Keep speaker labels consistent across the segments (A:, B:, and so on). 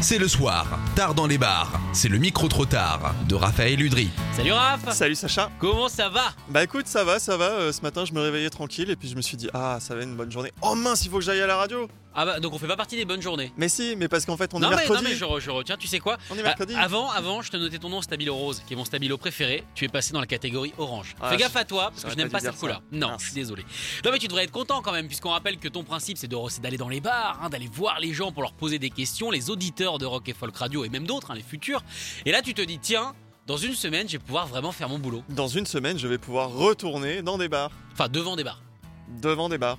A: C'est le soir, tard dans les bars. C'est le micro trop tard de Raphaël Udry.
B: Salut Raph
C: Salut Sacha
B: Comment ça va
C: Bah écoute, ça va, ça va. Euh, ce matin, je me réveillais tranquille et puis je me suis dit, ah, ça va être une bonne journée. Oh mince, il faut que j'aille à la radio
B: Ah bah donc on fait pas partie des bonnes journées.
C: Mais si, mais parce qu'en fait, on
B: non,
C: est
B: mais,
C: mercredi.
B: non mais je, re- je retiens, tu sais quoi
C: On est mercredi.
B: Ah, Avant, avant, je te notais ton nom Stabilo Rose, qui est mon Stabilo préféré. Tu es passé dans la catégorie orange.
C: Ah,
B: Fais
C: je-
B: gaffe à toi, parce que
C: j'aurais
B: je n'aime
C: pas
B: pas
C: dû
B: cette
C: dire
B: couleur.
C: ça.
B: Non,
C: Mince.
B: je suis désolé. Non mais tu devrais être content quand même, puisqu'on rappelle que ton principe c'est de re- c'est d'aller dans les bars, hein, d'aller voir les gens pour leur poser des questions, les auditeurs de Rock et Folk Radio et même d'autres, hein, les futurs. Et là tu te dis, tiens, dans une semaine je vais pouvoir vraiment faire mon boulot.
C: Dans une semaine, je vais pouvoir retourner dans des bars.
B: Enfin devant des bars.
C: Devant des bars.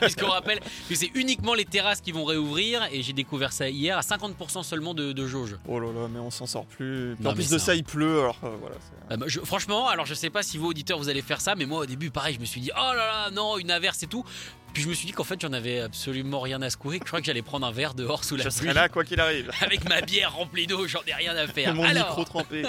B: Puisqu'on rappelle que c'est uniquement les terrasses qui vont réouvrir et j'ai découvert ça hier à 50% seulement de, de jauge.
C: Oh là là, mais on s'en sort plus. Puis
B: Non,
C: en plus
B: mais
C: de
B: ça-
C: ça, il pleut, alors euh, voilà. c'est-
B: Euh, bah, je- franchement, alors je sais pas si vous auditeurs vous allez faire ça, mais moi au début pareil, je me suis dit oh là là non une averse et tout. Puis je me suis dit qu'en fait j'en avais absolument rien à secouer, que je crois que j'allais prendre un verre dehors sous la
C: Je
B: pluie.
C: serai là, quoi qu'il arrive.
B: Avec ma bière remplie d'eau, j'en ai rien à faire.
C: Mon
B: alors,
C: micro trempé.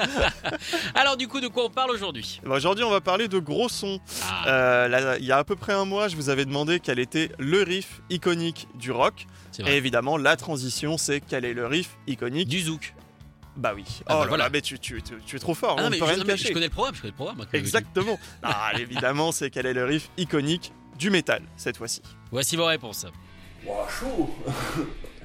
B: alors du coup de quoi on parle aujourd'hui
C: Bah, Aujourd'hui, on va parler de gros sons.
B: Ah,
C: Euh, là, il y a à peu près un mois, je vous avais demandé quel était le riff iconique du rock.
B: c'est vrai.
C: Et évidemment, la transition, c'est quel est le riff iconique
B: Du zouk.
C: Bah oui.
B: Ah bah
C: oh là
B: voilà.
C: là, mais tu, tu- tu- tu es trop fort.
B: Ah, non,
C: on
B: mais,
C: peut rien
B: je,
C: te
B: non, mais je
C: cacher.
B: connais le programme, je connais le programme. hein, que-
C: Exactement. Ah, évidemment, c'est quel est le riff iconique du métal cette fois-ci.
B: Voici vos réponses.
D: Ouah, chaud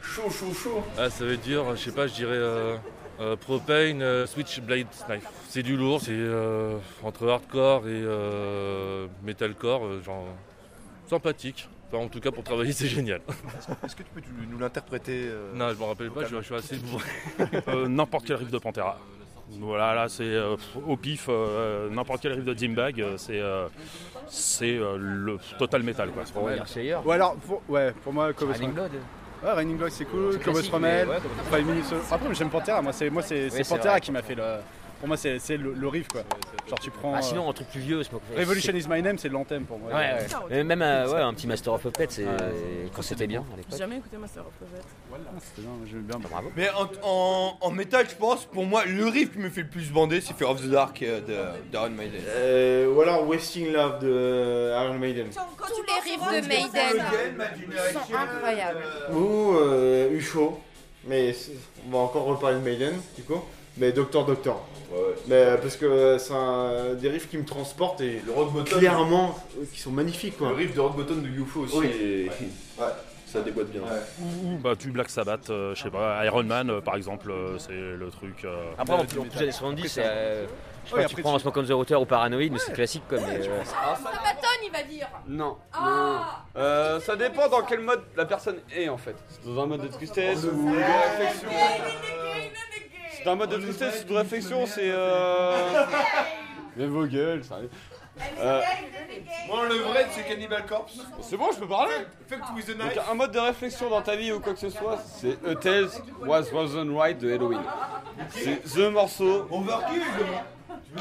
D: Chaud, chaud, chaud
E: Ah, ça veut dire, je sais pas, je dirais euh, euh, propane, euh, switchblade knife. C'est du lourd, c'est euh, entre hardcore et euh, metalcore, euh, genre sympathique. Enfin, en tout cas, pour travailler, c'est génial.
D: Est-ce que tu peux tu- nous l'interpréter euh,
E: Non, je m'en rappelle pas, je, je suis assez bourré.
F: Euh, n'importe quel riff de Pantera. Voilà, là, c'est euh, pff, au pif, euh, n'importe quel riff de Dimbag, euh, c'est euh, c'est euh, le total metal, quoi.
G: Ou alors, pour, ouais, pour moi, Cobos Running Blood. Ouais, Running Blood, c'est cool. Cobos Rommel, Five Minutes. Solo. Après, mais j'aime Pantera. Moi, c'est moi, c'est c'est Pantera qui m'a fait le. Pour moi, c'est c'est le, le riff, quoi. Genre, tu prends.
H: Ah
G: euh,
H: sinon un truc plus vieux, c'est pas quoi.
G: Revolution is my name, c'est de l'anthème pour moi.
H: Ouais, ouais. Mais même euh, ouais, un petit Master of Puppets, c'est euh, quand c'était bien à l'époque.
I: jamais écouté Master of Puppets.
G: C'est bien, moi, j'aime bien.
J: Mais en, en, en métal, je pense, pour moi, le riff qui me fait le plus bander, c'est Fear of the Dark euh, de d'Iron Maiden.
D: Euh, Ou alors Wasting Love de Iron Maiden.
I: Tous les riffs de Maiden sont
J: euh,
I: incroyables.
D: Ou euh, UFO. Mais c'est- on va encore reparler de Maiden, du coup. Mais Doctor Doctor. Mais euh, parce que euh, c'est un des riffs qui me transportent et
J: Le rock bottom.
D: clairement euh, qui sont magnifiques quoi.
J: Le riff de rock bottom de UFO aussi.
D: Oui.
J: et- Ça déboîte bien.
F: Ou bah, du Black Sabbath, euh, je sais pas, Iron Man, euh, par exemple, euh, c'est le truc. euh,
H: Après en plus en plus, années 70, c'est, euh, je sais
G: Ouais,
H: pas, tu
G: après,
H: prends
G: tu-
H: Smoke on the Water ou Paranoid, mais c'est classique comme. euh,
I: il va dire.
J: Non.
I: Ah
J: Euh, ça dépend dans quel mode la personne est en fait. C'est Dans un mode de tristesse ou de réflexion. C'est un mode de tristesse ou de réflexion, c'est. Euh... Mais vos gueules, sérieux. Euh, Moi, le vrai, c'est Cannibal Corpse. C'est bon, je peux parler. Donc, un mode de réflexion dans ta vie ou quoi que ce soit, c'est A Tales Was Wasn't Right de Halloween. C'est The morceau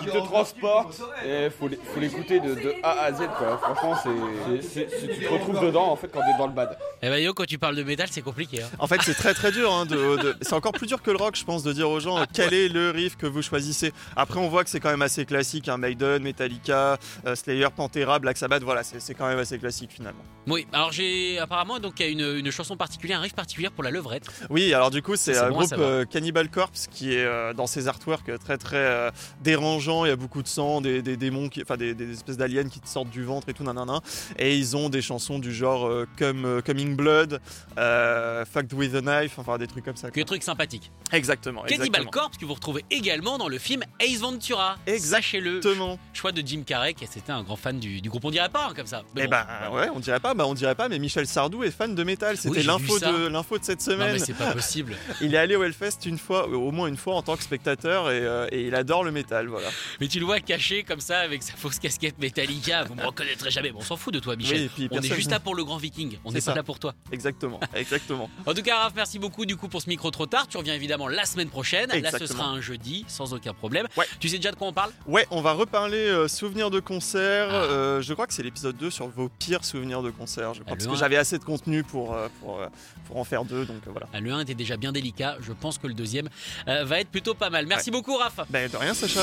J: qui te transporte et faut l'é- faut l'écouter de, de A à Z quoi. Franchement, c'est- c'est c'est- tu te retrouves dedans en fait quand t'es dans le bad.
B: Eh ben, yo, quand tu parles de métal, c'est compliqué. hein.
C: En fait, c'est très très dur. hein, de, de- C'est encore plus dur que le rock, je pense, de dire aux gens euh, quel est le riff que vous choisissez. Après, on voit que c'est quand même assez classique. Hein, Maiden, Metallica, euh, Slayer, Pantera, Black Sabbath. Voilà, c'est c'est quand même assez classique finalement.
B: Oui, alors j'ai apparemment donc il y a une, une chanson particulière, un riff particulier pour la levrette.
C: Oui, alors du coup, c'est
B: C'est
C: un
B: bon à
C: groupe
B: savoir.
C: euh, Cannibal Corpse qui est euh, dans ses artworks euh, très très euh, dérangeant. Il y a beaucoup de sang, des, des démons, qui- enfin des, des espèces d'aliens qui te sortent du ventre et tout, nanana. Et ils ont des chansons du genre euh, Come- euh, Coming Blood, euh, Fucked with a Knife, enfin des trucs comme ça.
B: Que
C: quoi.
B: truc sympathique.
C: Exactement,
B: Cannibal
C: exactement.
B: Corpse que vous retrouvez également dans le film Ace Ventura.
C: Exactement.
B: Sachez-le.
C: Exactement.
B: Choix de Jim Carrey qui c'était un grand fan du, du groupe. On dirait pas hein, comme ça. Mais
C: Eh
B: bon.
C: ben ouais, on dirait pas, bah on dirait pas, mais Michel Sardou est fan de métal. C'était
B: j'ai vu
C: l'info
B: ça.
C: de l'info de cette
B: Non mais
C: semaine.
B: c'est pas possible.
C: il est allé au Hellfest une fois, au moins une fois en tant que spectateur, et, euh, et il adore le métal. Voilà.
B: Mais tu le vois caché comme ça avec sa fausse casquette Metallica. Vous me reconnaîtrez jamais. Bon, on s'en fout de toi, Michel.
C: Oui, et puis
B: on est
C: personne-
B: juste là pour le grand Viking. On
C: C'est
B: n'est pas
C: ça.
B: là pour toi.
C: Exactement, exactement.
B: En tout cas, Raph, merci beaucoup du coup pour ce micro trop tard. Tu reviens évidemment la semaine prochaine. Là, ce
C: Exactement.
B: sera un jeudi, sans aucun problème. Tu sais déjà de quoi on parle
C: Ouais, on va reparler euh, souvenirs de concert. Euh, je crois que c'est l'épisode 2 sur vos pires souvenirs de concert. Je crois,
B: le
C: parce
B: un.
C: que j'avais assez de contenu pour, euh, pour, euh, pour en faire deux, donc euh, voilà.
B: Ah, Le 1 était déjà bien délicat. Je pense que le deuxième euh, va être plutôt pas mal. Merci beaucoup, Raph.
C: Ben, de rien, Sacha.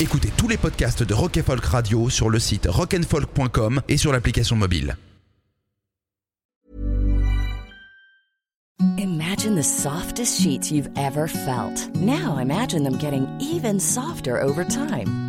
A: Écoutez tous les podcasts de Rock and Folk Radio sur le site rockandfolk.com et sur l'application mobile.
K: Imagine the softest sheets you've ever felt. Now imagine them getting even softer over time.